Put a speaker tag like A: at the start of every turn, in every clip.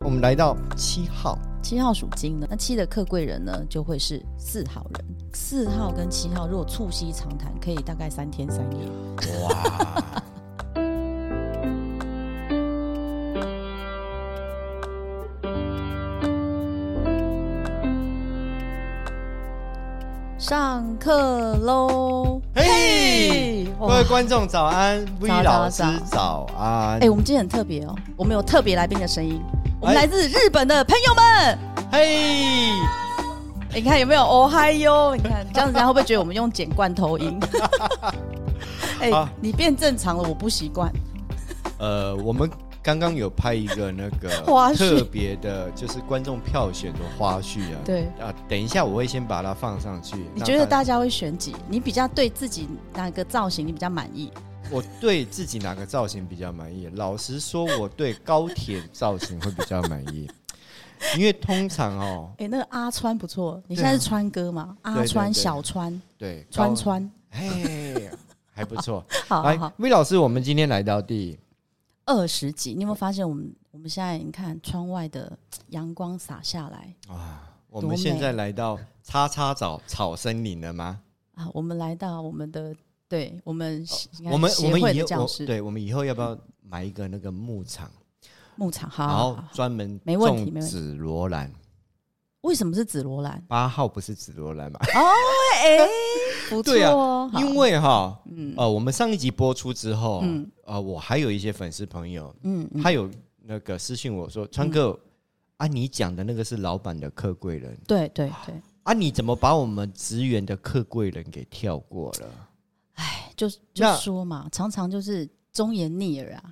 A: 我们来到七号，
B: 七号属金呢，那七的克贵人呢就会是四号人。四号跟七号如果促膝长谈，可以大概三天三夜。
C: 哇，
B: 上课喽！
A: 嘿，各
B: 哇
A: 位观众早安，V
B: 早
A: 老师
B: 早
A: 早安
B: 哎、，我们今天很特别哦，我们有特别来宾的声音，我们
A: 哎
B: 来自日本的朋友们。
A: 嘿，
B: 你看有没有哦嗨哟？你看这样子，人家会不会觉得我们用剪罐 头音？哎、
A: 好
B: 你变正常了，我不习惯。
A: 呃，我们刚刚有拍一个那个
B: 花絮
A: 特别的，就是观众票选的花絮啊，
B: 对，
A: 啊，等一下我会先把它放上去。
B: 你
A: 让
B: 觉得大家会选几？你比较对自己哪个造型你比较满意？
A: 我对自己哪个造型比较满意？老实说，我对高铁造型会比较满意， 因为通常哦，
B: 哎、那个阿川不错，你
A: 对
B: 现
A: 啊
B: 在是川哥吗？
A: 对
B: 阿
A: 对
B: 川、
A: 对
B: 小川、
A: 对，
B: 川
A: 高，
B: 川，
A: 嘿，还不错。
B: 好好
A: 来
B: 好，
A: ，V 老师，我们今天来到第
B: 二十集，你有没有发现我们我们现在你看窗外的阳光洒下来
A: 啊，我
B: 多
A: 们
B: 美
A: 现在来到叉叉草草森林了吗？
B: 啊？我们来到我们的对，我们你
A: 哦
B: 看
A: 我们我
B: 协会
A: 们以
B: 的
A: 后
B: 教
A: 我
B: 室
A: 对，我们以后要不要买一个那个牧场，
B: 牧场，好
A: 然
B: 好
A: 后
B: 好好。
A: 专门
B: 啊没问题
A: 种
B: 没问题
A: 紫罗兰？
B: 为什么是紫罗兰？
A: 八号不是紫罗兰嘛？
B: 哎、 不错
A: 对啊
B: 哦、好
A: 因为哈，
B: 嗯
A: 呃，我们上一集播出之后，
B: 嗯
A: 呃，我还有一些粉丝朋友，
B: 嗯嗯，
A: 他有那个私信我说：“川哥，啊，你讲的那个是老板的客贵人
B: 对对对，
A: 啊，你怎么把我们职员的客贵人给跳过了
B: 就就
A: 那
B: 说嘛，常常就是忠言逆耳啊，？”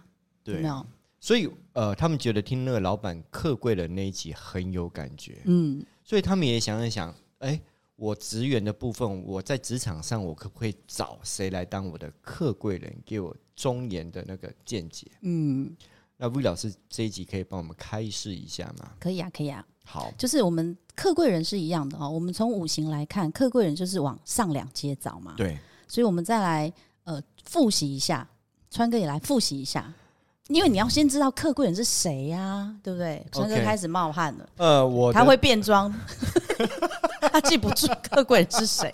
B: 有
A: 对
B: 没，有？
A: 所以呃，他们觉得听那个老板客贵人那一集很有感觉，
B: 嗯，
A: 所以他们也想一想，哎、我职员的部分，我在职场上，我可不可以找谁来当我的客贵人，给我忠言的那个见解？
B: 嗯，
A: 那 V 老师这一集可以帮我们开示一下吗？
B: 可以啊，可以啊。
A: 好，
B: 就是我们客贵人是一样的哦。我们从五行来看，客贵人就是往上两阶找嘛。
A: 对，
B: 所以我们再来呃复习一下，川哥也来复习一下，因为你要先知道客贵人是谁呀、对不对？川哥
A: OK
B: 开始冒汗了。
A: 呃，我的
B: 他会变装， 他记不住客贵人是谁。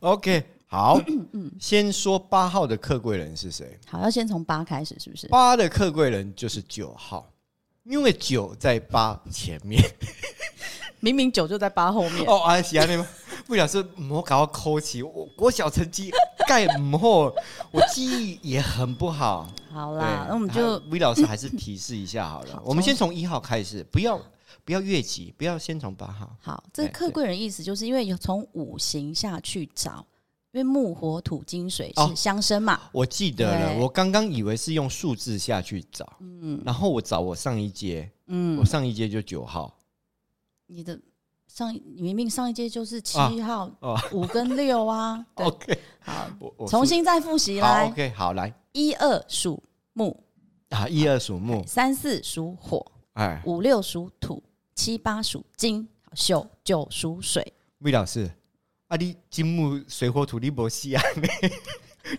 A: OK，好，先说八号的客贵人是谁？
B: 好，要先从八开始，是不是？
A: 八的客贵人就是九号，因为九在八前面。
B: 明明九就在八后面，
A: 哦，啊，喜安那吗？ 不了是莫搞我抠起，我国小成绩盖唔好，我记忆也很不好。
B: 好
A: 对
B: 啦，，那我们
A: 啊
B: 就
A: V 老师还是提示一下好了
B: 好，
A: 我们
B: 从
A: 先从一号开始，不要不要越级，不要先从八号。
B: 好。这个
A: 哎对
B: 客贵人意思就是因为有从五行下去找，因为木、火、土、金、水
A: 哦
B: 是相生嘛。
A: 我记得了，
B: 对
A: 我刚刚以为是用数字下去找，
B: 嗯
A: 然后我找我上一届，
B: 嗯
A: 我，上一届就九号，
B: 你的上一你明明上一届就是七
A: 啊
B: 号
A: 哦、
B: 五、跟六 啊。对，
A: OK，
B: 好，
A: 我我
B: 重
A: 数
B: 新再复习
A: 好
B: 来，
A: OK，好来
B: 一二属木，
A: 啊，一二属木，
B: 三四属火，
A: 哎
B: 五六属土，七八属金，好九九属水。
A: 魏老师，啊你金木水火土你不西啊，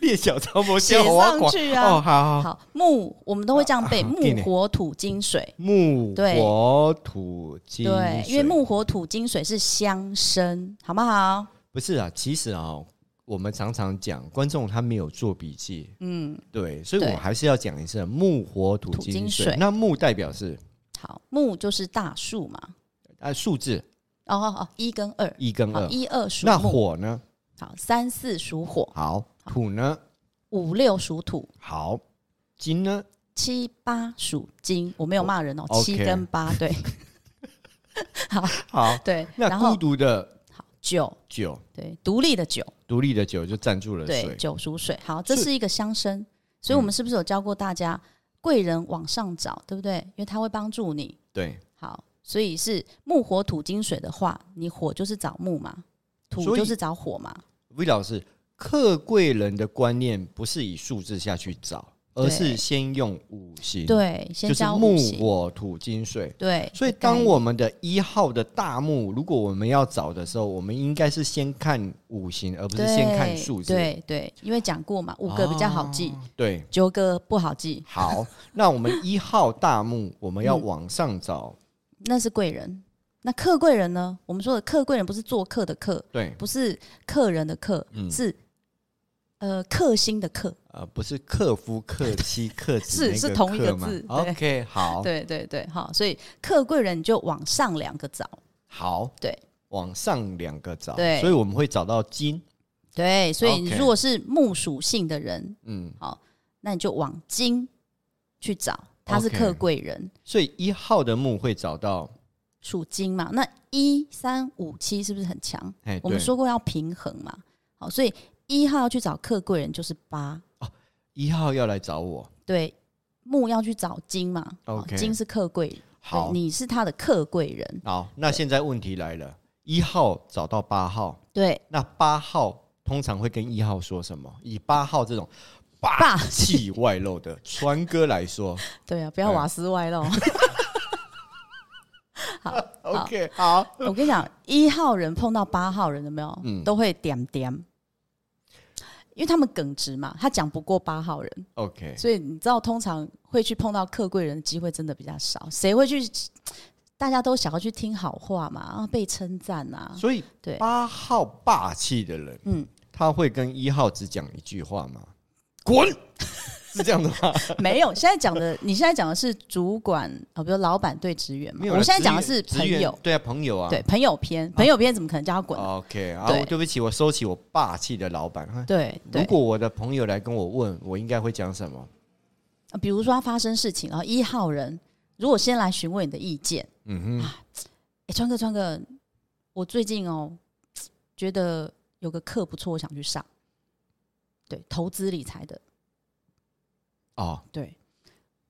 A: 你的小超不
B: 写上去
A: 哦，
B: 啊
A: 好好好，
B: 好，木我们都会这样背：
A: 啊
B: 木
A: 给你、
B: 火、土、金、水。
A: 木
B: 对
A: 火土金水，
B: 对，因为木、火、土、金、水是相生，好不好？
A: 不是啊，其实啊、我们常常讲观众他没有做笔记，
B: 嗯，
A: 对，所以
B: 对
A: 我还是要讲一下木火土
B: 土
A: 金水。
B: 金水
A: 那木代表是
B: 好，木就是大树嘛。
A: 啊数字
B: 哦哦哦，一跟二，
A: 一跟
B: 好，
A: 二，
B: 一二属
A: 那
B: 木，
A: 火呢？
B: 好，三四属火，
A: 好，土呢？
B: 五六属土，
A: 好，金呢？
B: 七八属金。我没有骂人哦，
A: 哦
B: 七
A: OK
B: 跟八， 对
A: 好，
B: 对。
A: 那
B: 然
A: 孤
B: 后
A: 独的
B: 好九，
A: 酒，
B: 对，独立的九，
A: 独立的酒就占住了
B: 对，
A: 水。
B: 九属水。好，这
A: 是嗯
B: 是一个相生，所以我们是不是有教过大家贵人往上找，对不对？因为他会帮助你。
A: 对，
B: 好，所以是木火土金水的话，你火就是找木嘛，土
A: 所以
B: 就是找火嘛。
A: 魏老师，客贵人的观念不是以数字下去找，而是先用五行，，
B: 对，先
A: 嗯就是
B: 交
A: 木
B: 五行，
A: 火土金水。
B: 对，
A: 所以，
B: 的概
A: 当
B: 念
A: 我们的一号的大木，如果我们要找的时候，我们应该是先看五行，而不是
B: 对
A: 先看数字。哦
B: 对对，因为讲过嘛，五个比较好记，
A: 对
B: 九个不好记，
A: 好，那我们一号大木，我们要
B: 嗯
A: 往上找。
B: 那是贵人。那客贵人呢？我们说的客贵人不是做客的客，
A: 对，
B: 不是客人的客，
A: 嗯
B: 是呃克星的克。
A: 呃，不是克夫、克 妻、克子
B: 是
A: 那
B: 是
A: 个
B: 同一个
A: 克吗
B: 字对
A: OK，好，
B: 对对对，好，所以客贵人你就往上两个找。
A: 好，
B: 对，
A: 往上两个找，
B: 对
A: 所以我们会找到金。
B: 对，所以你
A: OK
B: 如果是木属性的人，
A: 嗯，
B: 那你就往金去找，他是
A: OK
B: 客贵人，
A: 所以一号的木会找到，
B: 属金嘛。那一三五七是不是很强？
A: 哎，
B: 我们
A: 对
B: 说过要平衡嘛，好，所以一号要去找客贵人就是八，
A: 一号要来找我。
B: 对，木要去找金嘛，好
A: OK
B: 金是客贵人，
A: 好
B: 对，你是他的客贵人，
A: 好，那现在问题来了，一号找到八号，
B: 对，
A: 那八号通常会跟一号说什么？以八号这种
B: 霸
A: 霸气外露的川哥来说
B: 对啊，不要
A: 对
B: 瓦斯外露。
A: ，OK，好，
B: 我跟你讲，一号人碰到八号人，有没有？
A: 嗯
B: 都会点点，因为他们耿直嘛，他讲不过八号人，
A: ，OK，
B: 所以你知道，通常会去碰到客贵人的机会真的比较少。谁会去？大家都想要去听好话嘛，啊，被称赞 啊，
A: 所以
B: 对
A: 八号霸气的人，
B: 嗯，
A: 他会跟一号只讲一句话吗？滚，是这样 的吗？
B: 没有。现在讲的，你现在讲的是主管啊，比如老板对职员嘛
A: 没。有啦
B: 我现在讲的
A: 职员
B: 是
A: 职
B: 朋
A: 员
B: 友，
A: 对啊，朋友啊，
B: 对朋友篇，朋友篇怎么可能叫他滚？
A: ，OK，啊，
B: 对
A: 我对不起，我收起我霸气的老板。啊
B: 对
A: 如
B: 对，
A: 果我的朋友来跟我问，我应该会讲什么？
B: 啊比如说他发生事情，然后啊一号人如果先来询问你的意见。
A: 嗯哼，
B: 哎、川哥，川哥，我最近哦，觉得有个课不错，我想去上。对，投资理财的，啊
A: 哦
B: 对，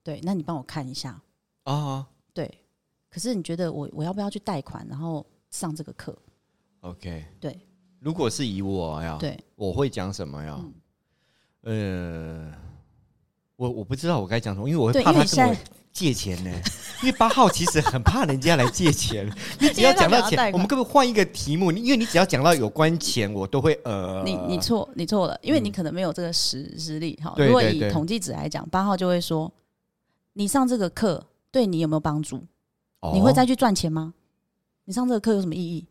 B: 对，那你帮我看一下。
A: 哦
B: 对，可是你觉得我我要不要去贷款，然后上这个课？
A: ，OK，
B: 对。
A: 如果是以我呀，
B: 对，
A: 我会讲什么呀？呃，我我不知道我该讲什么，因为我会
B: 嗯对
A: 怕
B: 因
A: 他
B: 为你现
A: 跟我
B: 在
A: 借钱呢。 因为八号其实很怕人家来借 钱，你只要讲到
B: 因为他想要贷
A: 钱，
B: 款
A: 我们根本换一个题目，你因为你只要讲到有关钱，我都会呃，
B: 你你错，你错了，因为你可能没有这个实实力哈。
A: 对
B: 如果
A: 对
B: 以
A: 对
B: 统计值来讲，八号就会说，你上这个课对你有没有帮助？
A: 哦
B: 你会再去赚钱吗？你上这个课有什么意义？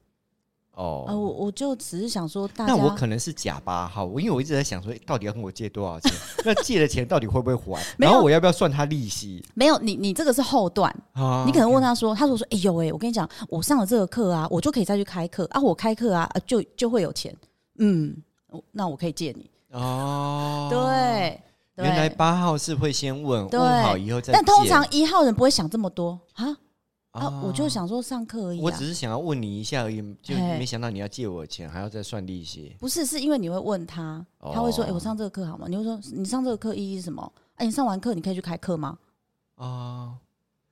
B: 啊，我
A: 哦。
B: 我就只是想说，大家
A: 那我可能是假八号，我因为我一直在想说，诶到底要跟我借多 少钱？那借的钱到底会不会还？
B: 没有
A: 然后我要不要算他利息
B: 没有你，你这个是后段，
A: 啊？
B: 你可能问他说，他说说，哎、呦哎、我跟你讲，我上了这个课啊，我就可以再去开课啊，我开课啊，呃就就会有钱，嗯，我那我可以借你，
A: 哦，
B: 对，对
A: 原来八号是会先问，
B: 对
A: 问好以后再借。
B: 但通常一号人不会想这么多啊啊
A: 哦，
B: 我就想说上课而已、
A: 我
B: 啊
A: 只，是想要问你一下而已，就
B: 嘿
A: 没想到你要借我钱，还要再算利息。
B: 不是，是因为你会问他，他会说，
A: 哦
B: 哎、我上这个课好吗？你会说，你上这个课意义是什么？哎、你上完课你可以去开课吗？
A: 哦，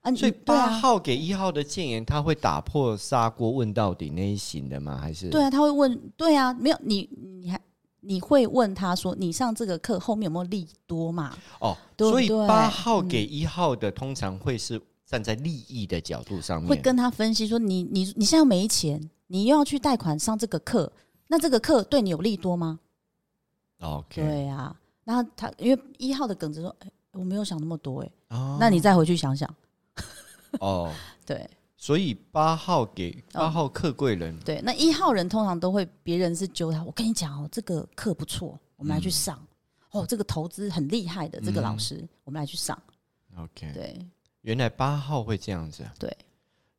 B: 啊，你
A: 所以
B: 对
A: 八
B: 啊，
A: 号给一号的谏言，他会打破砂锅问到底那一型的吗？还是
B: 对啊，他会问，对啊，没有你，你还你会问他说，你上这个课后面有没有利多嘛？
A: 哦，
B: 对
A: 所以
B: 对嗯
A: 八号给一号的通常会是站在利益的角度上面，
B: 会跟他分析说你，你你现在没钱，你又要去贷款上这个课，那这个课对你有利多吗？
A: OK，
B: 对啊，那他因为一号的梗子说，哎、我没有想那么多、哎、
A: 哦
B: 那你再回去想想。
A: 哦，
B: 对
A: 所以八号给
B: 哦
A: 八号客贵人
B: 对，那一号人通常都会别人是揪他，我跟你讲哦，这个课不错，我们来去上。哦，这个投资很厉害的，这个老
A: 嗯
B: 师，我们来去上。
A: OK，
B: 对
A: 原来八号会这样子，啊
B: 对。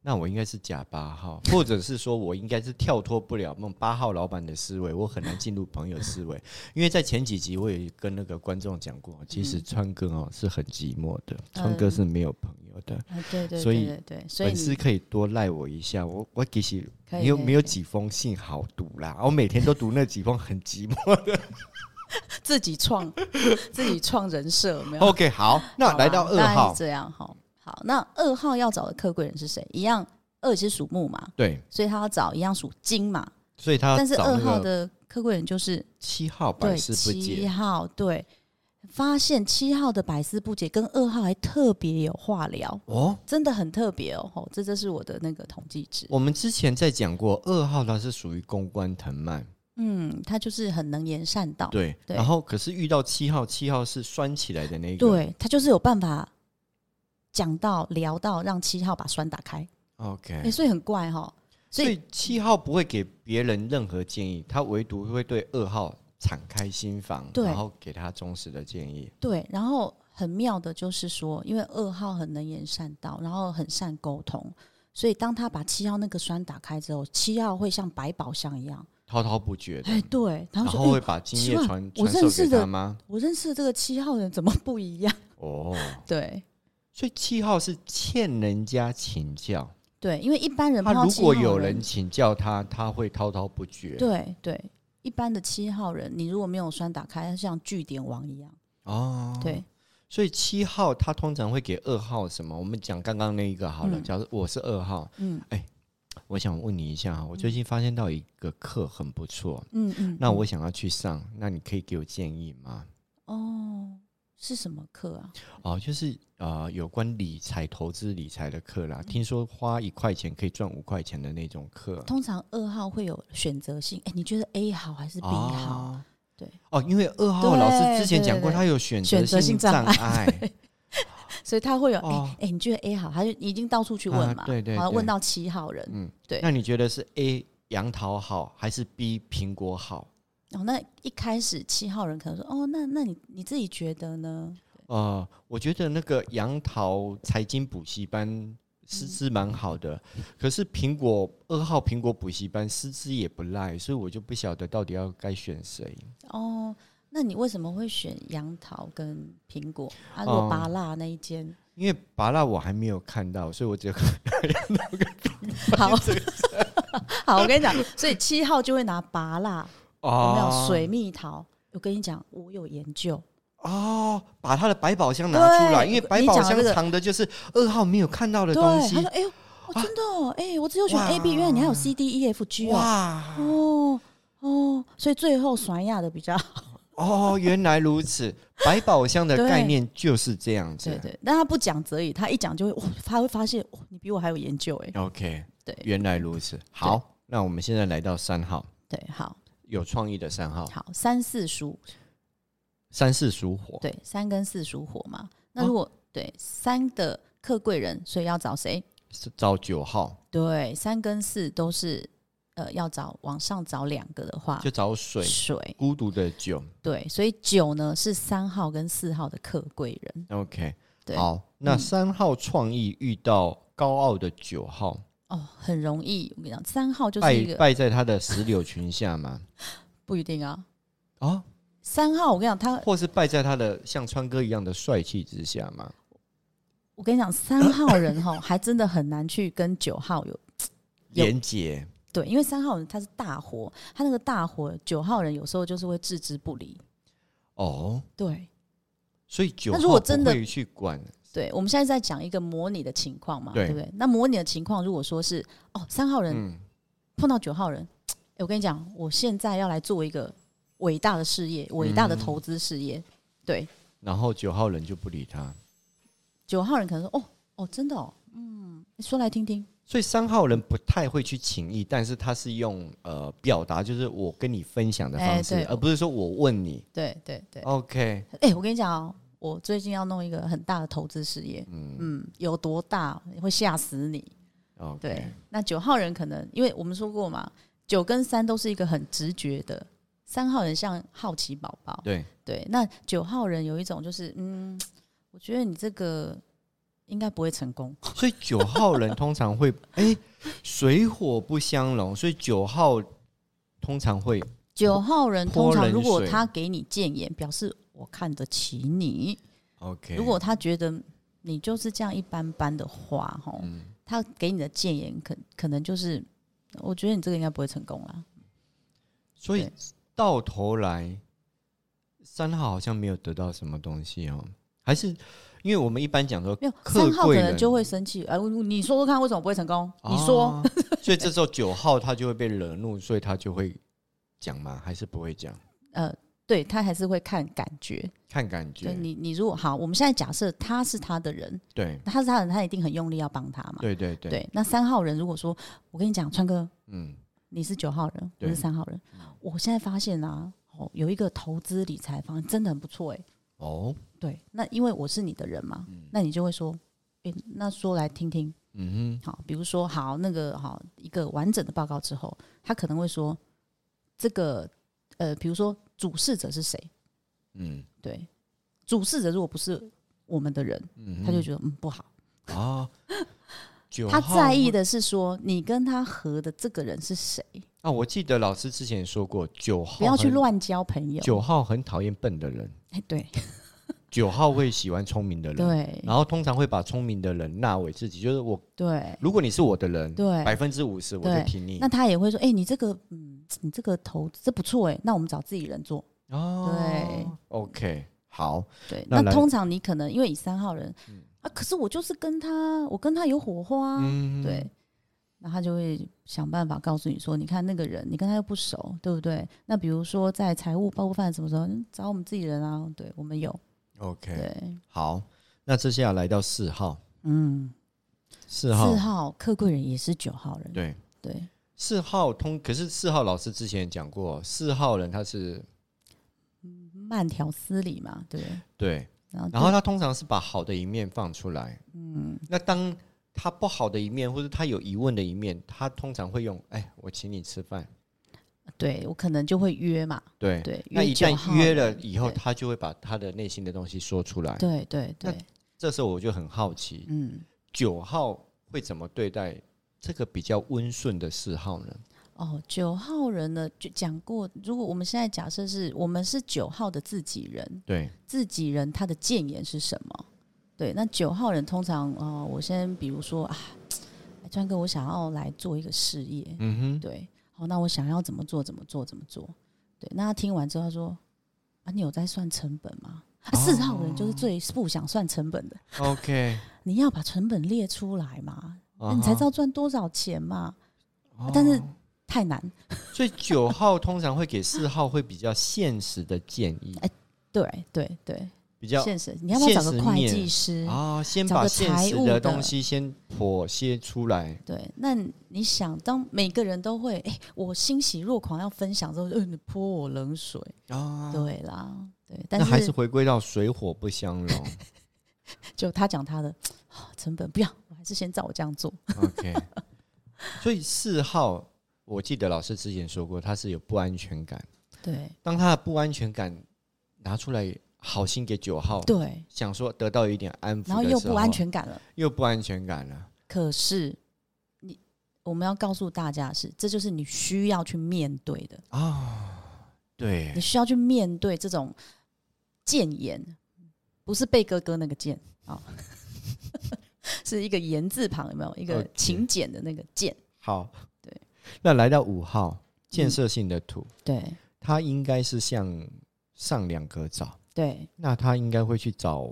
A: 那我应该是假八号，或者是说我应该是跳脱不了梦八号老板的思维，我很难进入朋友思维， 因为在前几集我也跟那个观众讲过，
B: 嗯
A: 其实川哥哦是很寂寞的，川哥是没有朋友的，
B: 啊，对对
A: 所
B: 对
A: 以
B: 对对，所以
A: 粉丝
B: 你
A: 可以多赖我一下，我我其实
B: 可以
A: 没有
B: 可以
A: 没有
B: 可以
A: 几封信好读啦，我每天都读那几封很寂 寞。
B: 自己创 自己创人设，有没有？
A: OK，好，那
B: 好
A: 来
B: 吧
A: 到二
B: 大概是
A: 号，
B: 这样哈。好，那二号要找的客贵人是谁？一样，二也是属木嘛，
A: 对，
B: 所以他要找一样属金嘛。
A: 所以他要
B: 但是
A: 找
B: 二
A: 那
B: 号
A: 个
B: 的客贵人就是
A: 七号
B: 对
A: 百思不
B: 七
A: 解，
B: 号，对，发现七号的百思不解跟二号还特别有话聊哦，真的很特别哦。吼，这这是我的那个统计值。
A: 我们之前在讲过，二号它是属于公关藤蔓，
B: 嗯，他就是很能言善道。
A: 对，
B: 哦对
A: 然后可是遇到七号，七号是拴起来的那一个，
B: 对他就是有办法讲到聊到让七号把栓打开，
A: ，OK，
B: 哎、所以很怪哈、所
A: 所
B: 以
A: 以七号不会给别人任何建议，他唯独会对二号敞开心房，
B: 对
A: 然后给他忠实的建议。
B: 对，然后很妙的就是说，因为二号很能言善道，然后很善沟通，所以当他把七号那个栓打开之后，七号会像百宝箱一样，
A: 滔滔不绝的，
B: 哎，对，然
A: 然
B: 后
A: 后
B: 说，
A: 会
B: 哎、
A: 把经
B: 奇
A: 验
B: 怪
A: 传
B: 我
A: 传
B: 认
A: 授
B: 识
A: 给他
B: 的
A: 吗？
B: 我认识的这个七号人怎么不一样？
A: 哦，
B: 对
A: 所以七号是欠人家请教，
B: 对，因为一般人
A: 他
B: 碰到
A: 如
B: 七
A: 果
B: 号
A: 有人请教他，他会滔滔不绝。
B: 对对，一般的七号人，你如果没有栓打开，他像据点王一样，
A: 哦，
B: 对，
A: 所以七号他通常会给二号什么？我们讲刚刚那一个好了，
B: 嗯
A: 假如我是二号，哎
B: 嗯
A: 我想问你一下啊，我最近发现到一个课很不错，
B: 嗯嗯，
A: 那
B: 嗯
A: 我想要去上，那你可以给我建议吗？
B: 哦是什么课啊？
A: 哦，就是呃，有关理财、投资理财的课
B: 嗯
A: 啦，听说花一块钱可以赚五块钱的那种课。
B: 通常二号会有选择性，哎、你觉得 A 好还是 B 好？
A: 哦
B: 对
A: 哦，因为二号老师之前讲过，
B: 对对对
A: 他有选
B: 选择
A: 性
B: 性障
A: 碍，
B: 所以他会有哎哎、
A: 哦
B: 诶你觉得 A 好，他就已经到处去问嘛，
A: 啊对对
B: 好像
A: 对
B: 问到七号人，
A: 嗯，
B: 对
A: 那你觉得是 A 杨桃好还是 B 苹果好？
B: 然哦后那一开始七号人可能说哦，那那你你自己觉得呢？
A: 呃，我觉得那个杨桃财经补习班师资蛮好的，可是苹果二号苹果补习班师资也不赖，所以我就不晓得到底要该选谁。
B: 哦，那你为什么会选杨桃跟苹果？啊，
A: 哦
B: 如果拔辣那一间，
A: 因为拔蜡我还没有看到，所以我只有
B: 好 好，我跟你讲，所以七号就会拿拔辣，有没有水蜜桃？我跟你讲，我有研究，
A: 哦，把他的百宝箱拿出来，
B: 对
A: 因为百宝
B: 你讲
A: 箱
B: 的这个
A: 藏的就是二号没有看到的
B: 对，
A: 东
B: 他
A: 西啊
B: 说。哎呦，哦、真的哦，哎、我只有选
A: 哇
B: A B，原来你还有 C D E F G 哦，
A: 哇
B: 哦哦，所以最后甩亚的比较好。
A: 哦，原来如此，百宝箱的
B: 对
A: 概念就是啊这样子。
B: 对对，但他不讲则已，他一讲就会，哇他会发现、哇你比我还有研究哎、
A: OK，
B: 对
A: 原来如此。好，那我们现在来到三号，
B: 对，好
A: 有创意的三号，
B: 好，三四属，
A: 三是属火。
B: 对，三跟四属火嘛。那如果、对三的克贵人，所以要找谁？
A: 是找九号，
B: 对，三跟四都是呃要找往上找两个的话，
A: 就找水，
B: 啊水
A: 孤独的九。
B: 对，所以九呢是三号跟四号的克贵人
A: OK，
B: 对嗯
A: 好，那三号创意遇到高傲的九号，
B: 哦，很容易。我跟你讲，三号就是一
A: 败
B: 个
A: 败在他的石榴裙下嘛？
B: 不一定啊。
A: 啊，
B: 三号，我跟你讲，他
A: 或是败在他的像川哥一样的帅气之下嘛？
B: 我跟你讲，三号人哈还真的很难去跟九号有有
A: 连结
B: 对，因为三号人他是大火，他那个大火，九号人有时候就是会置之不理。
A: 哦，
B: 对，
A: 所以九
B: 那
A: 号
B: 如果真的
A: 不会去管
B: 对，我们现在在讲一个模拟的情况嘛，
A: 对
B: 对不对？那模拟的情况，如果说是哦，三号人
A: 嗯
B: 碰到九号人，诶我跟你讲，我现在要来做一个伟大的事业，伟大
A: 嗯
B: 的投资事业。对，
A: 然后九号人就不理他，
B: 九号人可能说，哦哦，真的哦，嗯，说来听听。
A: 所以三号人不太会去情谊，但是他是用呃表达，就是我跟你分享的方式，
B: 哎对
A: 而不是说我问你。
B: 对对对，
A: 哦 OK，
B: 哎、我跟你讲哦，我最近要弄一个很大的投资事业，嗯有多大会吓死你。
A: o
B: 对那九号人可能因为我们说过嘛，九跟三都是一个很直觉的，三号人像好奇宝宝，
A: 对，
B: 对，那九号人有一种就是，嗯，我觉得你这个应该不会成功，
A: 所以九号人通常会哎、水火不相容，所以九号通常会
B: 九号人
A: 泼
B: 通常
A: 冷
B: 如果
A: 水
B: 他给你谏言，表示我看得起你，
A: OK。
B: 如果他觉得你就是这样一般般的话，吼，
A: 嗯
B: 他给你的谏言可可能就是，我觉得你这个应该不会成功啊啦。
A: 所以
B: 对
A: 到头来，三号好像没有得到什么东西哦，还是因为我们一般讲说
B: 没有
A: 客
B: 三号
A: 贵
B: 可
A: 人
B: 能就会生气，哎、你说说看为什么不会成功？
A: 哦
B: 你说，
A: 所以这时候九号他就会被惹怒，所以他就会讲吗？还是不会讲？
B: 呃，对他还是会看感觉。
A: 看感觉
B: 对。你，你如果好，我们现在假设他是他的人，
A: 对
B: 他是他的人，他一定很用力要帮他嘛。
A: 对对对，
B: 对，那三号人如果说，我跟你讲，川哥，
A: 嗯，
B: 你是九号人，我
A: 对嗯
B: 是三号人，我现在发现啊，哦，有一个投资理财方案真的很不错哎、
A: 哦，
B: 对，那因为我是你的人嘛，那你就会说，诶、那说来听听。
A: 嗯
B: 好，比如说好那个好一个完整的报告之后，他可能会说，这个呃，比如说主事者是谁？
A: 哼，嗯
B: 对，主事者如果不是我们的人，
A: 嗯哼，
B: 他就觉得嗯不好。
A: 啊，九
B: 他在意
A: 的
B: 的是说你跟他合的这个人是谁，
A: 啊，我记得老师之前也说过，九号
B: 不要去
A: 很。
B: 乱交朋友。
A: 九号很讨厌笨的人，
B: 哎，对
A: 嗯九号会喜欢聪明的人，
B: 对
A: 然后通常会把聪明的人纳为自己，就是我，
B: 对
A: 如果你是我的人，
B: 对，
A: 百分之五十我就
B: 对
A: 听你
B: 那。他也会说，哎，你这个嗯，你这个投资这不错哎，那我们找自己人做。对
A: 哦，OK，好，
B: 对，
A: 那
B: 那
A: 来
B: 通常你可能因为以三号人、啊，可是我就是跟他，我跟他有火花啊、
A: 嗯，
B: 对，那他就会想办法告诉你说，你看那个人，你跟他又不熟，对不对？那比如说在财务包饭什么时候嗯找我们自己人啊？对，我们有，
A: ，OK，
B: 对，
A: 好，那接下来到四号，
B: 嗯，
A: 四号，
B: 客贵人也是九号人，
A: 对，
B: 对，
A: 四号通，可是四号老师之前也讲过，四号人他是
B: 慢条斯理 嘛，对不对，
A: 对，
B: 然后
A: 然后他通常是把好的一面放出来，嗯，那当他不好的一面或者他有疑问的一面，他通常会用，哎，我请你吃饭，
B: 对我可能就会约嘛，
A: 对，
B: 对，
A: 那
B: 约
A: 一
B: 9
A: 旦
B: 号
A: 约了
B: 人
A: 以后，，他就会把他的内心的东西说出来，
B: 对对对对，
A: 这时候我就很好奇，
B: 嗯。
A: 九号会怎么对待这个比较温顺的四号呢？
B: 哦，九号人呢，就讲过，如果我们现在假设是我们是九号的自己人，
A: 对，
B: 自己人他的谏言是什么？对，那九号人通常哦、我先比如说啊，哎川哥，我想要来做一个事业，
A: 嗯哼，
B: 对，好，那我想要怎么做，怎么做，怎么做？对，那他听完之后他说啊，你有在算成本吗？啊，
A: 哦
B: 四号人就是最不想算成本的，
A: ，OK，
B: 你要把成本列出来嘛，
A: 啊
B: 你才知
A: 哈
B: 道赚多少钱嘛。啊但是太难，
A: 所以九号通常会给四号会比较现实的建议，
B: 呃对对对，
A: 比较
B: 现实，你要不要找
A: 现
B: 个
A: 实
B: 会
A: 面
B: 计师？
A: 啊，先
B: 找
A: 把
B: 个
A: 现
B: 财
A: 实
B: 务
A: 的
B: 的
A: 东西先妥协出来。
B: 对，那你想，当每个人都会，哎、我欣喜若狂要分享之后，嗯、你泼我冷水，
A: 啊，
B: 对啦，对，但
A: 那还是
B: 是
A: 回归到水火不相容。
B: 就他讲他的、啊成本不要，我还是先照我这样做，
A: OK，所以四号，我记得老师之前说过，他是有不安全感。
B: 对
A: 当他的不安全感拿出来，好心给九号，
B: 对，
A: 想说得到一点安抚，
B: 然后又不
A: 啊
B: 安，全感了。
A: 又不安全感了。
B: 可是你我们要告诉大家的是，这就是你需要去面对的，
A: 对
B: 你，需要去面对这种谏言，不是贝哥哥那个谏啊， 是一个言字旁，有没有一个
A: OK
B: 勤俭的那个俭？
A: 好，
B: 对。嗯
A: 那来到五号，建设性的土，
B: 对
A: 它应该是向上两格找，
B: 对，
A: 那它应该会去找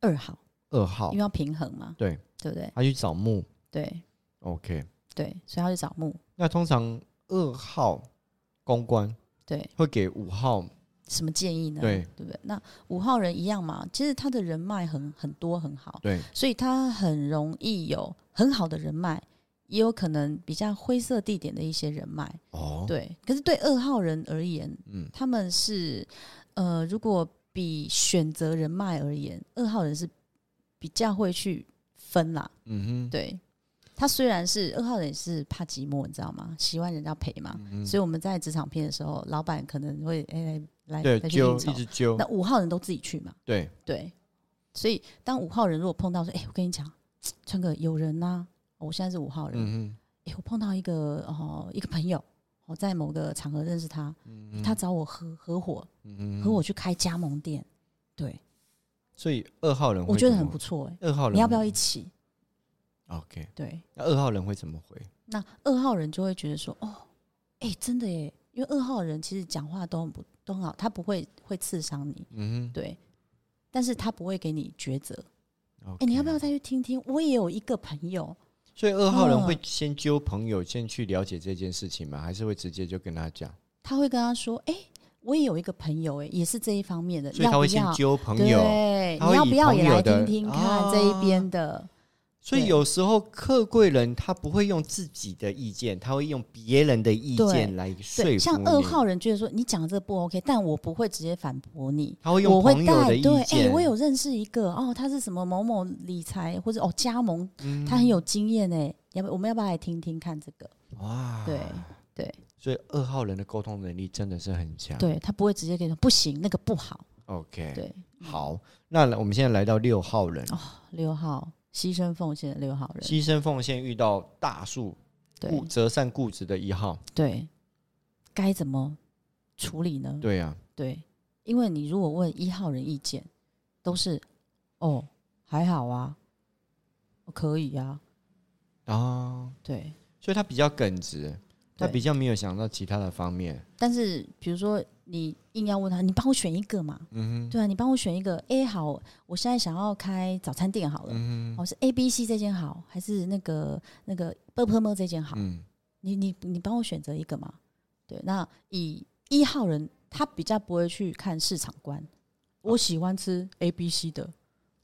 B: 二号，
A: 二号
B: 因为，要平衡嘛，
A: 对
B: 对不对？
A: 它去找木。
B: 对
A: OK，
B: 对，所以他去找木，
A: 那通常二号公关
B: 对，
A: 会给五号，
B: 什么建议呢？
A: 对
B: 对不对？那五号人一样嘛，其实他的人脉很很多很好，
A: 对，
B: 所以他很容易有很好的人脉，也有可能比较灰色地点的一些人脉，
A: 哦，
B: 对。可是对二号人而言，
A: 嗯，
B: 他们是呃，如果比选择人脉而言，二号人是比较会去分啦，
A: 嗯哼，
B: 对，他虽然是二号人，也是怕寂寞，你知道吗？喜欢人家陪嘛，
A: 嗯
B: 所以我们在职场片的时候，老板可能会哎、来来
A: 对，
B: 来去
A: 揪
B: 应
A: 一
B: 酬，
A: 直揪
B: 那，五号人都自己去嘛，
A: 对，
B: 对，所以当五号人如果碰到说，哎、我跟你讲，川哥有人呐、我现在是五号人，哎、
A: 嗯
B: 我碰到一个哦、一个朋友，我在某个场合认识他，他找我合合伙
A: 哼，嗯
B: 和
A: 哼，
B: 我去开加盟店，对
A: 所以二号人会
B: 我觉得
A: 怎
B: 很
A: 么
B: 不错、哎，
A: 二号人
B: 你要不要一起？
A: ？OK，
B: 对，
A: 那二号人会怎么回？
B: 那二号人就会觉得说，哦，哎、真的耶，因为二号人其实讲话都很不都很好，他不会会刺伤你，
A: 嗯
B: 对，但是他不会给你抉择。
A: 哼，
B: 哎、你要不要？再去听听？我也有一个朋友，
A: 所以二号人会
B: 嗯
A: 先揪朋友，先去了解这件事情吗？还是会直接就跟他讲？
B: 他会跟他说，哎、我也有一个朋友、欸，哎，也是这一方面的，
A: 所以他会先
B: 要不要
A: 揪朋友，
B: 对，
A: 他
B: 你
A: 会
B: 要
A: 以
B: 不要也
A: 朋友
B: 来
A: 的
B: 听听看
A: 啊
B: 这一边的？
A: 所以
B: 对
A: 有时候客贵人他不会用自己的意见，他会用别人的意
B: 对
A: 见来说服
B: 对，
A: 你。
B: 像二号人觉得说你讲的这个不 OK，但我不会直接反驳你。
A: 他会
B: 我
A: 用
B: 会
A: 朋友
B: 带
A: 的意
B: 对，哎、
A: 见。
B: 我有认识一个哦，他是什么某某理财或者哦加盟，
A: 嗯
B: 他很有经验哎，要不我们要不要来听听看这个？
A: 哇，
B: 对、对
A: 所以二号人的沟通能力真的是很强。
B: 对，他不会直接跟你说不行，那个不好。
A: ，OK，
B: 对，哦
A: 好，那我们现在来到六号人，
B: 六号牺牲奉献的六号人，
A: 牺牲奉献遇到大树
B: 对
A: 固折善固执的一号，
B: 对，该怎么处理呢？
A: 对啊，
B: 对，因为你如果问一号人意见，都是哦还好啊，可以啊，
A: 啊，
B: 对。
A: 所以他比较耿直，他
B: 对
A: 比较没有想到其他的方面。
B: 但是比如说你硬要问他，你帮我选一个嘛？
A: 嗯哼，
B: 对啊，你帮我选一个 A 好，我现在想要开早餐店好了，
A: 嗯
B: 哦是 A、B、C 这间好，还是那个那个 b u r p e r 这间好？
A: 哼，嗯，
B: 你你你帮我选择一个嘛？对，那以一号人他比较不会去看市场观，我喜欢吃 A、B、C 的，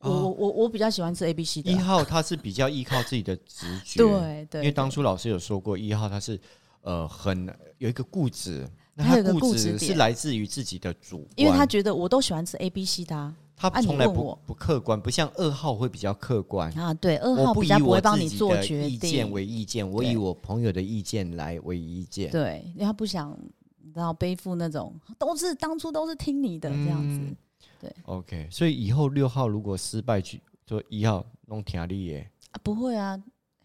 B: 我
A: 哦
B: 我我我比较喜欢吃 A、B、C 的
A: 一
B: 啊，
A: 号他是比较依靠自己的直觉，
B: 对对，
A: 因为当
B: 对
A: 初老师有说过，一号他是呃很有一个固执，那
B: 他有一个
A: 他
B: 固
A: 固
B: 执
A: 执是
B: 点
A: 来自于自己的主观，
B: 因为他觉得我都喜欢吃 A、B、C 的啊，
A: 他
B: 啊你
A: 从来
B: 问
A: 不、
B: 我
A: 不客观，不像二号会比较客观。
B: 啊对，二
A: 我
B: 号
A: 不
B: 比
A: 以
B: 较不
A: 我
B: 会帮
A: 自
B: 你
A: 己
B: 做
A: 的
B: 决
A: 意见
B: 定，
A: 为意见，我以
B: 对
A: 我朋友的意见来为意见。
B: 对，因为他不想你知道背负那种都是当初都是听你的这样子，
A: 嗯 OK，所以以后六号如果失败去，说一号弄听力耶，
B: 啊不会啊，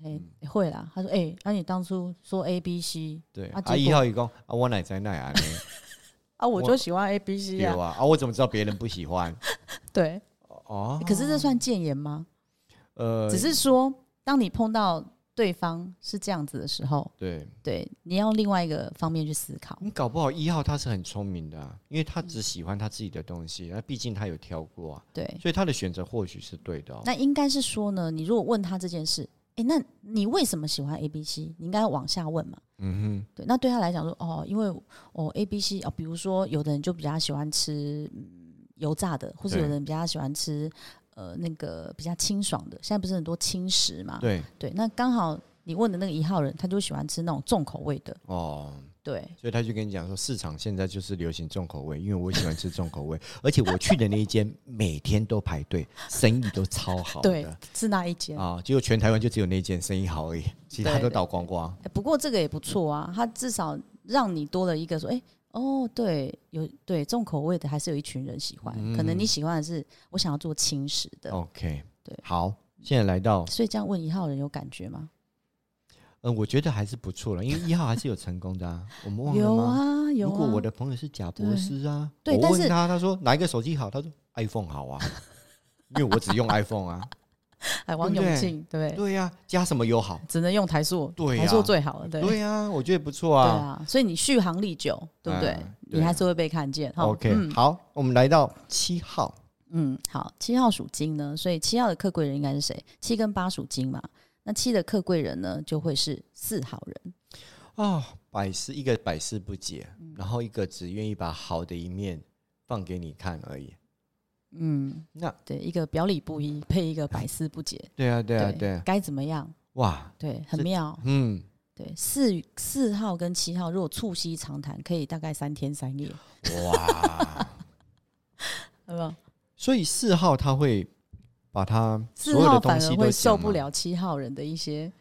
B: 哎、会啦，他说哎，那、你当初说 A、B、C
A: 对
B: 啊
A: 啊，
B: 结
A: 一
B: 果
A: 号一讲啊，我奶在那 啊，
B: 啊，
A: 我
B: 我就喜欢 A、B、C
A: 有
B: 啊，
A: 啊啊，我怎么知道别人不喜欢？
B: 对，
A: 哦，
B: 可是这算谏言吗？
A: 呃，
B: 只是说，当你碰到对方是这样子的时候，
A: 对，
B: 对，你要另外一个方面去思考。
A: 你搞不好一号他是很聪明的啊、因为他只喜欢他自己的东西，那毕竟他有挑过啊，
B: 对，
A: 所以他的选择或许是对的、哦。
B: 那应该是说呢，你如果问他这件事，哎、那你为什么喜欢 A、B、C？你应该往下问嘛。
A: 嗯
B: 对，那对他来讲说，哦，因为哦 A、B、C 哦，比如说有的人就比较喜欢吃嗯油炸的，或者
A: 对
B: 有的人比较喜欢吃呃那个比较清爽的。现在不是很多轻食嘛
A: 哼，？对
B: 对，那刚好你问的那个一号人，他就喜欢吃那种重口味的。
A: 哦，
B: 对，
A: 所以他就跟你讲说，市场现在就是流行重口味，因为我喜欢吃重口味， 而且我去的那一间每天都排队，生意都超好的。
B: 对，是那一间。
A: 啊，结果全台湾就只有那一间生意好而已，其他
B: 对
A: 都
B: 对
A: 倒光光。
B: 哎不过这个也不错啊，他至少让你多了一个说，哎、哦，对，有对重口味的还是有一群人喜欢，
A: 嗯
B: 可能你喜欢的是我想要做轻食的，
A: 哦 OK，
B: 对
A: 好，现在来到，
B: 所以这样问一号人有感觉吗？
A: 嗯，我觉得还是不错了，因为一号还是有成功的啊，我们忘了
B: 有
A: 吗？
B: 啊，有
A: 如
B: 啊。
A: 果我的朋友是贾博士啊，
B: 对
A: 我
B: 但是
A: 问他，他说哪一个手机好？他说 iPhone 好啊，因为我只用 iPhone 啊。
B: 哎，王
A: 对不
B: 永
A: 对
B: 庆， 对不对？
A: 对呀、啊加什么油好？
B: 只能用台塑，
A: 对
B: 台
A: 呀
B: 塑最好了，对
A: 对啊呀、我觉得不错
B: 对
A: 啊。
B: 啊，所以你续航力久，对不对
A: 嗯？对
B: 你还是会被看见哈。
A: OK，、
B: 嗯
A: 好，我们来到七号，
B: 嗯，好，七号属金呢，所以七号的客贵人应该是谁？七跟八属金嘛，那七的客贵人呢就会是四号人，
A: 哦，百思一个百思不解，
B: 嗯
A: 然后一个只愿意把好的一面放给你看而已。
B: 嗯，
A: 那
B: 对，一个表里不一配一个百思不解，
A: 对啊， 对啊，对啊，
B: 该怎么样？
A: 哇，
B: 对，很
A: 这
B: 妙。
A: 嗯，
B: 对，四四号跟七号如果促膝长谈，可以大概三天三夜，
A: 哇，
B: 有没有？
A: 所以四号他会把他所
B: 四
A: 有
B: 号
A: 的
B: 反
A: 东西
B: 而
A: 都
B: 会
A: 讲啊
B: 受不
A: 吗，
B: 了七号人的一些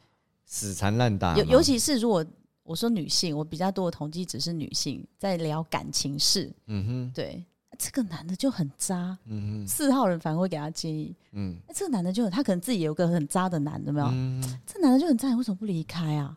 A: 死缠烂打嘛，
B: 尤尤其是如果我说女性，我比较多的统计只是女性在聊感情事，
A: 嗯哼。
B: 对这个男的就很渣，
A: 嗯
B: 四号人反而会给他建议，
A: 嗯
B: 那这个男的就很他可能自己有个很渣的男的，有没有？
A: 嗯
B: 这男的就很渣，你为什么不离开啊？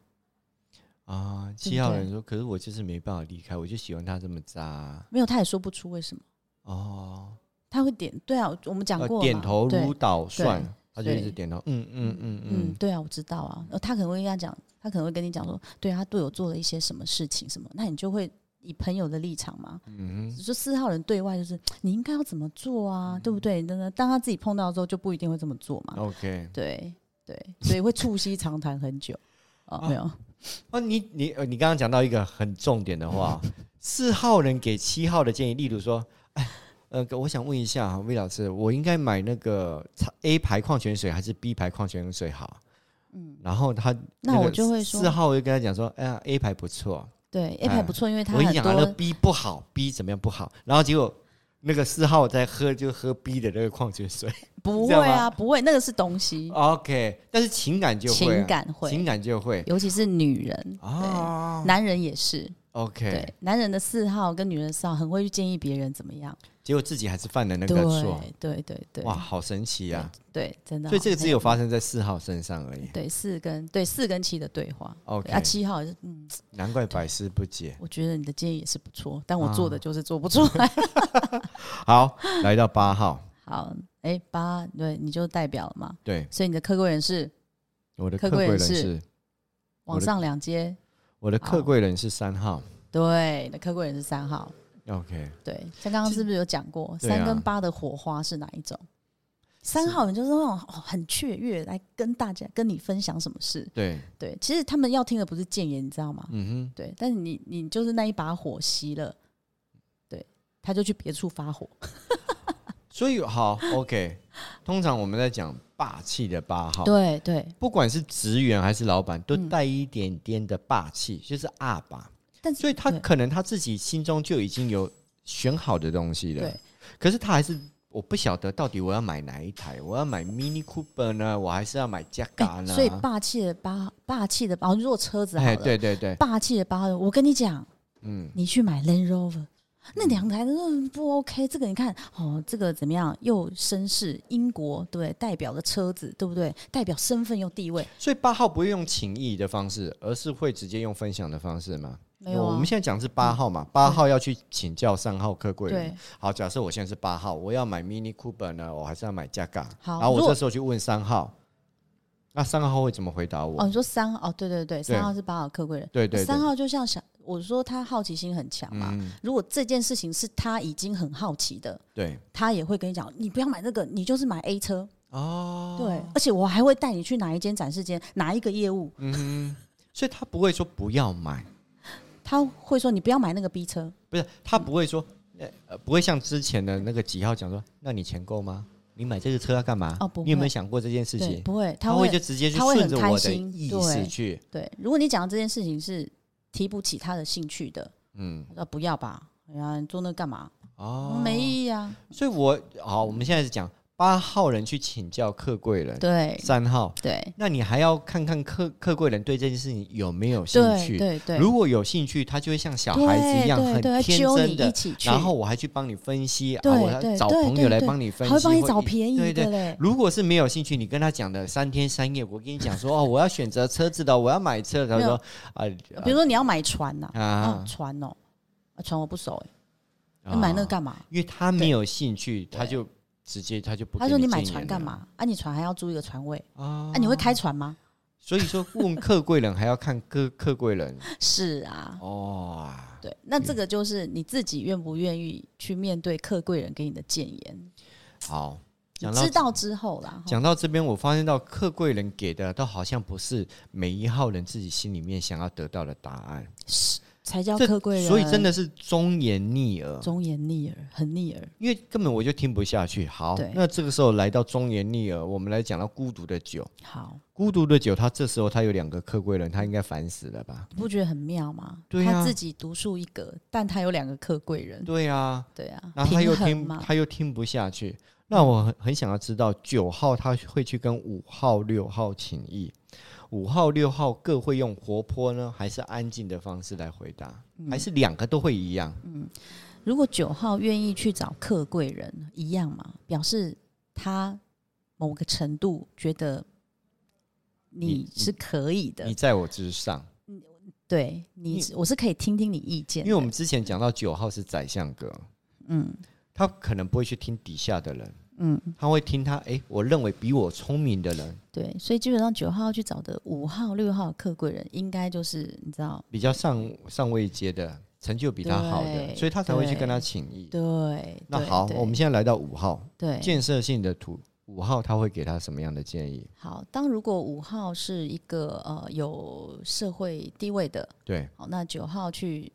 A: 啊，
B: 对
A: 七
B: 不
A: 号
B: 对
A: 人说，可是我就是没办法离开，我就喜欢他这么渣啊
B: 没有，他也说不出为什么，
A: 哦，
B: 他会点对啊，我们讲
A: 呃
B: 过嘛、
A: 点头
B: 对
A: 如捣蒜
B: 对，
A: 他就一
B: 所以
A: 直点头，嗯嗯嗯
B: 嗯，
A: 嗯，
B: 对啊，我知道啊。呃他可能会跟他讲，他可能会跟你讲说，对啊，他对我做了一些什么事情什么，那你就会以朋友的立场嘛，嗯，说四号人对外就是你应该要怎么做
A: 嗯
B: 啊，对不对？真的，当他自己
A: 哦
B: 啊碰到之后，就不一定会这么做嘛，
A: OK，
B: 对对，所以会促膝长谈很久。哦，没有，
A: 哦，你你呃，你刚刚讲到一个很重点的 话，四号人给七号的建议，例如说，哎，呃，我想问一下啊魏老师，我应该买那个叉 A 牌矿泉水还是 B 牌矿泉水好？嗯，然后他
B: 那我就会说
A: 四号我就跟他讲说，哎呀，A 牌不错，
B: 对 A 牌不错，因为它
A: 我跟你
B: 很
A: 讲啊，那
B: 多
A: B 不好，B 怎么样不好，然后结果那个四号在喝就喝 B 的那个矿泉 水
B: 不
A: 这
B: 会
A: 样吗
B: 啊，不会，那个是东西，
A: ，OK，但是情感就会啊、
B: 情感会，
A: 情感就会
B: 尤其是女人，
A: 啊
B: 男人也是，
A: ，OK，
B: 对，男人的四号跟女人的四号很会去建议别人怎么样，
A: 结果自己还是犯了那个错。啊
B: 对对对对，
A: 哇，好神奇啊！
B: 对，真的，
A: 所以这个只有
B: 很
A: 发生在四号身上而已。
B: 对四跟对四跟七的对话。
A: OK，、
B: 啊，七号也是，嗯，
A: 难怪百思不解。
B: 我觉得你的建议也是不错，但
A: 啊
B: 我做的就是做不出来。
A: 好，来到八号，
B: 好，哎，八，对，你就代表了嘛，
A: 对，
B: 所以你的客贵人是
A: 我的
B: 客
A: 客
B: 贵
A: 贵
B: 人
A: 人
B: 是
A: 是，
B: 往上两阶，
A: 我的
B: 好
A: 客贵人是三号。
B: 对，你的客贵人是三号，
A: OK，
B: 对，像刚刚是不是有讲过
A: 对啊
B: 三跟八的火花是哪一种？三号人就是那种哦很雀跃，来跟大家跟你分享什么事。
A: 对，
B: 对，其实他们要听的不是谏言，你知道吗？
A: 嗯
B: 对，但是你你就是那一把火熄了，对，他就去别处发火。
A: 哼，所以好 OK。通常我们在讲霸气的八号，
B: 对对，
A: 不管是职员还是老板，都
B: 嗯
A: 带一点点的霸气，就是阿爸。
B: 但是
A: 所以他
B: 对
A: 可能他自己心中就已经有选好的东西了
B: 对，
A: 可是他还是我不晓得到底我要买哪一台，我要买 Mini Cooper 呢，我还是要买
B: 哎
A: Jaga 呢？
B: 所以霸气的八，霸气的八，哦如果车子好
A: 啊哎，
B: 了，
A: 对对对，
B: 霸气的八，我跟你讲，
A: 嗯，
B: 你去买 Land Rover，那两台都不 OK。这个你看，哦，这个怎么样？又绅士，英国对不对代表的车子，对不对？代表身份又地位，
A: 所以八号不会用情谊的方式，而是会直接用分享的方式嘛？
B: 没有
A: 我
B: 啊
A: 们？现在讲是八号嘛，八号要去请教三号客贵人
B: 对。，
A: 好，假设我现在是八号，我要买 Mini Cooper 呢，我还是要买 Jaga。
B: 好
A: 然后我
B: 如果
A: 这时候去问三号，那三号会怎么回答我？
B: 哦，你说三哦，对对对，三号是八号客贵人，
A: 对对对
B: 三号就像想，我说他好奇心很强嘛。
A: 嗯，
B: 如果这件事情是他已经很好奇的，
A: 对，
B: 他也会跟你讲，你不要买那个，你就是买 A 车。
A: 哦，
B: 对，而且我还会带你去哪一间展示间，哪一个业务，
A: 嗯所以他不会说不要买，
B: 他会说你不要买那个 B 车。
A: 不是他不会说，呃，不会像之前的那个几号讲说，那你钱够吗？你买这个车要干嘛？
B: 哦不会
A: 你有没有想过这件事
B: 对，
A: 情？
B: 不会，
A: 他
B: 会
A: 就直接去
B: 他会
A: 顺着
B: 很
A: 我
B: 开
A: 的
B: 心
A: 意
B: 对
A: 识去，
B: 对。如果你讲的这件事情是提不起他的兴趣的，
A: 嗯，
B: 他说不要吧，哎呀，你做那干嘛？
A: 哦，
B: 没意义啊。
A: 所以我好，我们现在是讲八号人去请教客贵人，
B: 对
A: 三号，
B: 对
A: 那你还要看看客客贵人对这件事情有没有兴
B: 对
A: 趣。
B: 对对，
A: 如果有兴趣，他就会像小孩子一样
B: 对
A: 很
B: 对对，
A: 天
B: 揪你
A: 真
B: 一
A: 的，
B: 起去，
A: 然后我还去帮你分析，
B: 对
A: 啊，我还
B: 对
A: 找
B: 对
A: 朋
B: 对
A: 友来
B: 对
A: 帮你分
B: 还
A: 析，
B: 会帮你
A: 或
B: 找
A: 一
B: 便宜
A: 对对
B: 的嘞。
A: 如果是没有兴趣，你跟他讲的三天三夜，我跟你讲 说哦，我要选择车子的，我要买车的，他
B: 没有
A: 说啊
B: 比如说你要买船呐，啊
A: 啊，
B: 船哦，啊船我不熟哎，你买那个
A: 啊
B: 干嘛？
A: 因为他
B: 对
A: 没有兴趣，他
B: 对
A: 就直接他就不
B: 他
A: 给
B: 说你
A: 建
B: 买
A: 议
B: 船
A: 了
B: 干嘛？啊，你船还要租一个船位，
A: 啊
B: 啊，你会开船吗？
A: 所以说问客贵人还要看客客贵人
B: 是啊，
A: 哦，
B: 对，那这个就是你自己愿不愿意去面对客贵人给你的谏言，
A: 好，
B: 你
A: 讲到
B: 知道之后啦，哈
A: 讲到这边，我发现到客贵人给的都好像不是每一号人自己心里面想要得到的答案，
B: 才叫
A: 这
B: 客贵人，
A: 所以真的是忠言逆耳。
B: 忠言逆耳，很逆耳，
A: 因为根本我就听不下去。好
B: 对，
A: 那这个时候来到忠言逆耳，我们来讲到孤独的酒。
B: 好，
A: 孤独的酒，他这时候他有两个客贵人，他应该烦死了吧？
B: 你不觉得很妙吗？
A: 对
B: 他
A: 啊
B: 自己独树一格，但他有两个客贵人，
A: 对啊，
B: 对啊，
A: 然后他又
B: 平衡嗯
A: 听
B: 嘛，
A: 他又听不下去。那我很很想要知道，九号他会去跟五号、六号请益，五号、六号各会用活泼呢，还是安静的方式来回答，
B: 嗯
A: 还是两个都会一样？
B: 如果九号愿意去找客贵人，一样嘛，表示他某个程度觉得你
A: 你
B: 是可以的
A: 你，在我之上，
B: 对你
A: 你
B: 是，我是可以听听你意见的，
A: 因为我们之前讲到九号是宰相哥，
B: 嗯
A: 他可能不会去听底下的人，
B: 嗯，
A: 他会听他诶，我认为比我聪明的人
B: 对，所以基本上九号去找的五号、六号的客贵人，应该就是你知道，
A: 比较上上位阶的，成就比他好
B: 对
A: 的，所以他才会去
B: 对
A: 跟他请益。
B: 对，
A: 那
B: 对
A: 好，
B: 对
A: 我们现在来到五号，
B: 对
A: 建设性的土五号他会给他什么样的建议？
B: 好，当如果五号是一个呃有社会地位的，
A: 对
B: 好，那九号去，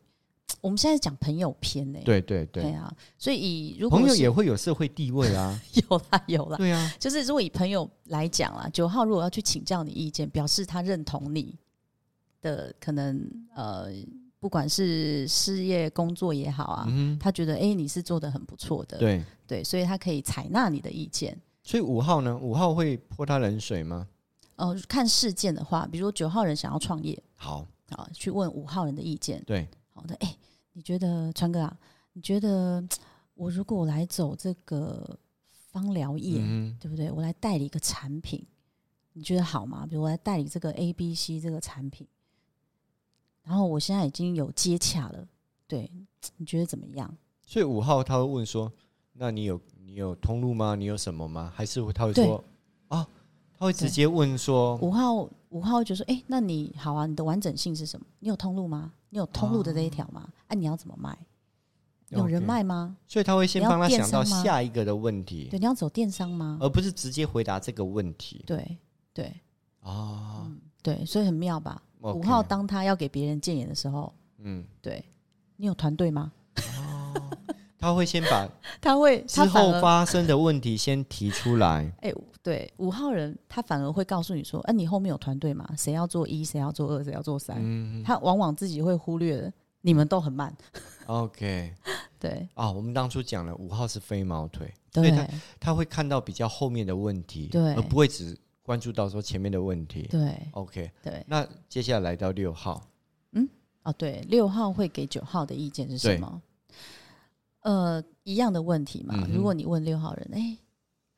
B: 我们现在讲朋友篇呢、
A: 对对
B: 对
A: 对，
B: 啊，所以以如果
A: 朋友
B: 是
A: 也会有社会地位啊，
B: 有啦有啦，
A: 对啊，
B: 就是如果以朋友来讲啦，九号如果要去请教你意见，表示他认同你的可能呃，不管是事业工作也好啊，
A: 嗯
B: 他觉得哎、诶你是做的很不错的，
A: 哼，对。
B: 对所以他可以采纳你的意见。
A: 所以五号呢？五号会泼他冷水吗？
B: 呃，看事件的话，比如说九号人想要创业
A: 好，
B: 啊，去问五号人的意见，
A: 对，
B: 好的，哎、你觉得川哥啊？你觉得我如果我来走这个芳疗业，
A: 嗯
B: 对不对？我来代理一个产品，你觉得好吗？比如我来代理这个 A、B、C 这个产品，然后我现在已经有接洽了，对，你觉得怎么样？
A: 哼，所以五号他会问说：“那你有你有通路吗？你有什么吗？”还是他会说：“啊，他会直接问说，
B: 五号五号就说，哎、那你好啊，你的完整性是什么？你有通路吗？你有通路的这一条吗？哎、你要怎么卖？有人
A: OK
B: 脉吗？
A: 所以他会先帮他
B: 你要
A: 想到
B: 电商吗
A: 下一个的问题
B: 对，，你要走电商吗？
A: 而不是直接回答这个问题
B: 对对
A: 啊。
B: 对，所以很妙吧？
A: OK
B: 五号当他要给别人建言的时候，
A: 嗯，
B: 对你有团队吗？
A: 他会先把
B: 他会
A: 之
B: 他反
A: 后
B: 而
A: 发生的问题先提出来。
B: 哎、对五号人他反而会告诉你说，哎、你后面有团队嘛？谁要做一，谁要做二，谁要做三？
A: 嗯
B: 他往往自己会忽略你们都很慢，
A: ，OK
B: 对
A: 啊，我们当初讲了五号是飞毛腿，所以
B: 对
A: 他他会看到比较后面的问题，
B: 对
A: 而不会只关注到说前面的问题。
B: 对
A: OK，
B: 对
A: 那接下来到六号，
B: 哦，对六号会给九号的意见是什么？呃，一样的问题嘛。
A: 嗯哼
B: 如果你问六号人，哎、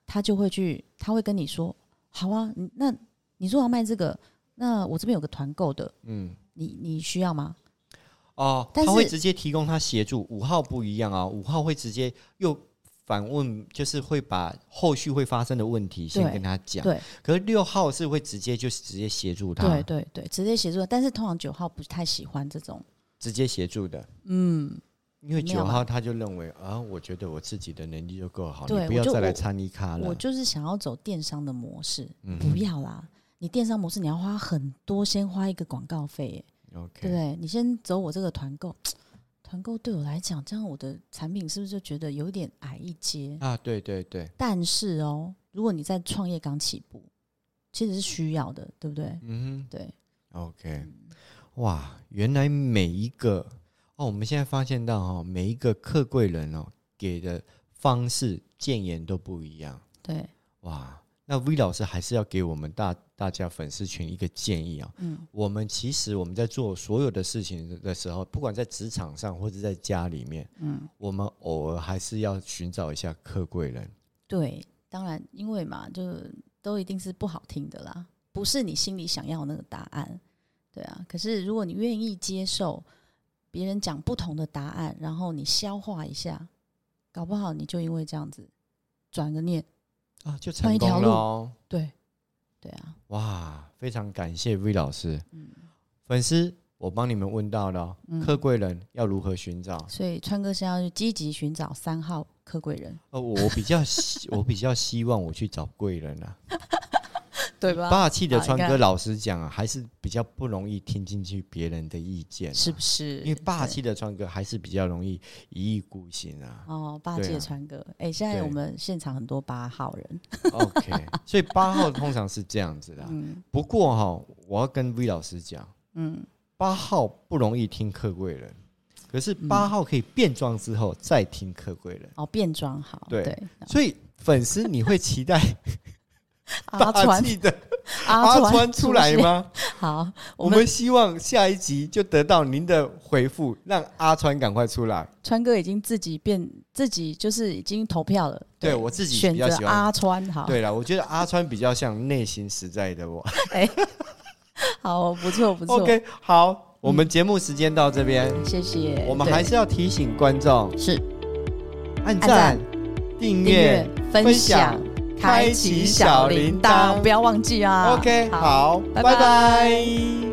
B: 他就会去，他会跟你说，好啊，你那你说要卖这个，那我这边有个团购的，
A: 嗯，
B: 你你需要吗？
A: 哦，
B: 但是
A: 他会直接提供他协助。五号不一样啊，五号会直接又反问，就是会把后续会发生的问题先
B: 对
A: 跟他讲。
B: 对
A: 可是六号是会直接就是直接协助他，
B: 对对对，直接协助。但是通常九号不太喜欢这种，
A: 直接协助的。
B: 嗯，
A: 因为
B: 没有
A: 九
B: 吧
A: 号他就认为啊，我觉得我自己的能力就够好，
B: 对
A: 你不要
B: 我就
A: 再来
B: 我
A: 参与他
B: 我
A: 了。
B: 就是想要走电商的模式，
A: 嗯
B: 不要啦。你电商模式你要花很多，先花一个广告费耶，对不
A: OK，
B: 对？你先走我这个团购，团购对我来讲，这样我的产品是不是就觉得有一点矮一阶？
A: 啊，对对对，
B: 但是哦，如果你在创业刚起步，其实是需要的，对不对？
A: 嗯
B: 对，
A: 哼，OK，哇，原来每一个哦，我们现在发现到哦，每一个客贵人哦给的方式建言都不一样，
B: 对，
A: 哇。那 V 老师还是要给我们大大家粉丝群一个建议啊、
B: 嗯，
A: 我们其实我们在做所有的事情的时候，不管在职场上或者在家里面，嗯，我们偶尔还是要寻找一下客贵人。
B: 对，当然，因为嘛，就都一定是不好听的啦，不是你心里想要的那个答案，对啊。可是如果你愿意接受别人讲不同的答案，然后你消化一下，搞不好你就因为这样子转个念，
A: 啊，就
B: 换
A: 成
B: 一条
A: 功了
B: 路
A: 哦！
B: 对，对啊，
A: 哇，非常感谢 V 老师，
B: 嗯。
A: 粉丝，我帮你们问到了哦、
B: 嗯
A: 客贵人要如何寻找？
B: 所以川哥现在要积极寻找三号客贵人，
A: 呃，我我比较 希我比较希望我去找贵人啊。
B: 对吧
A: 霸气的
B: 好
A: 川
B: 你看
A: 哥，老实讲啊，还是比较不容易听进去别人的意见、啊，
B: 是不是？
A: 因为霸气的川哥还是比较容易一意孤行啊。
B: 哦，八
A: 对
B: 戒
A: 啊
B: 川哥，哎、现在
A: 对
B: 我们现场很多八号人，
A: OK，所 以八号通常是这样子的啊。
B: 嗯
A: 不过哈、我要跟 V 老师讲，
B: 嗯，
A: 八号不容易听客贵人，可是
B: 嗯
A: 八号可以变装之后再听客贵人，
B: 哦，变装好，
A: 对
B: 对，
A: 所以粉丝你会期待
B: 阿
A: 霸
B: 川
A: 气的
B: 阿
A: 阿川出来
B: 现？
A: 吗？
B: 好，
A: 我
B: 我们
A: 们希望下一集就得到您的回复，让阿川赶快出来。
B: 川哥已经自己变自己就是已经投票了，
A: 对我自己
B: 选
A: 比较
B: 择
A: 喜欢。
B: 阿川，好，
A: 对了，我觉得阿川比较像内心实在的我。
B: 好，不错不错嗯
A: OK，好，我们节目时间到这边，
B: 谢谢。
A: 我们
B: 对
A: 还是要提醒观众
B: 是
A: 按
B: 赞
A: 赞、订
B: 订阅
A: 阅、、
B: 分
A: 分
B: 享
A: 享、
B: 开
A: 开
B: 启
A: 启
B: 小
A: 小
B: 铃
A: 铃
B: 铛，
A: 铛
B: 不要忘记啊。
A: OK，好，
B: 拜
A: 拜
B: 拜
A: 拜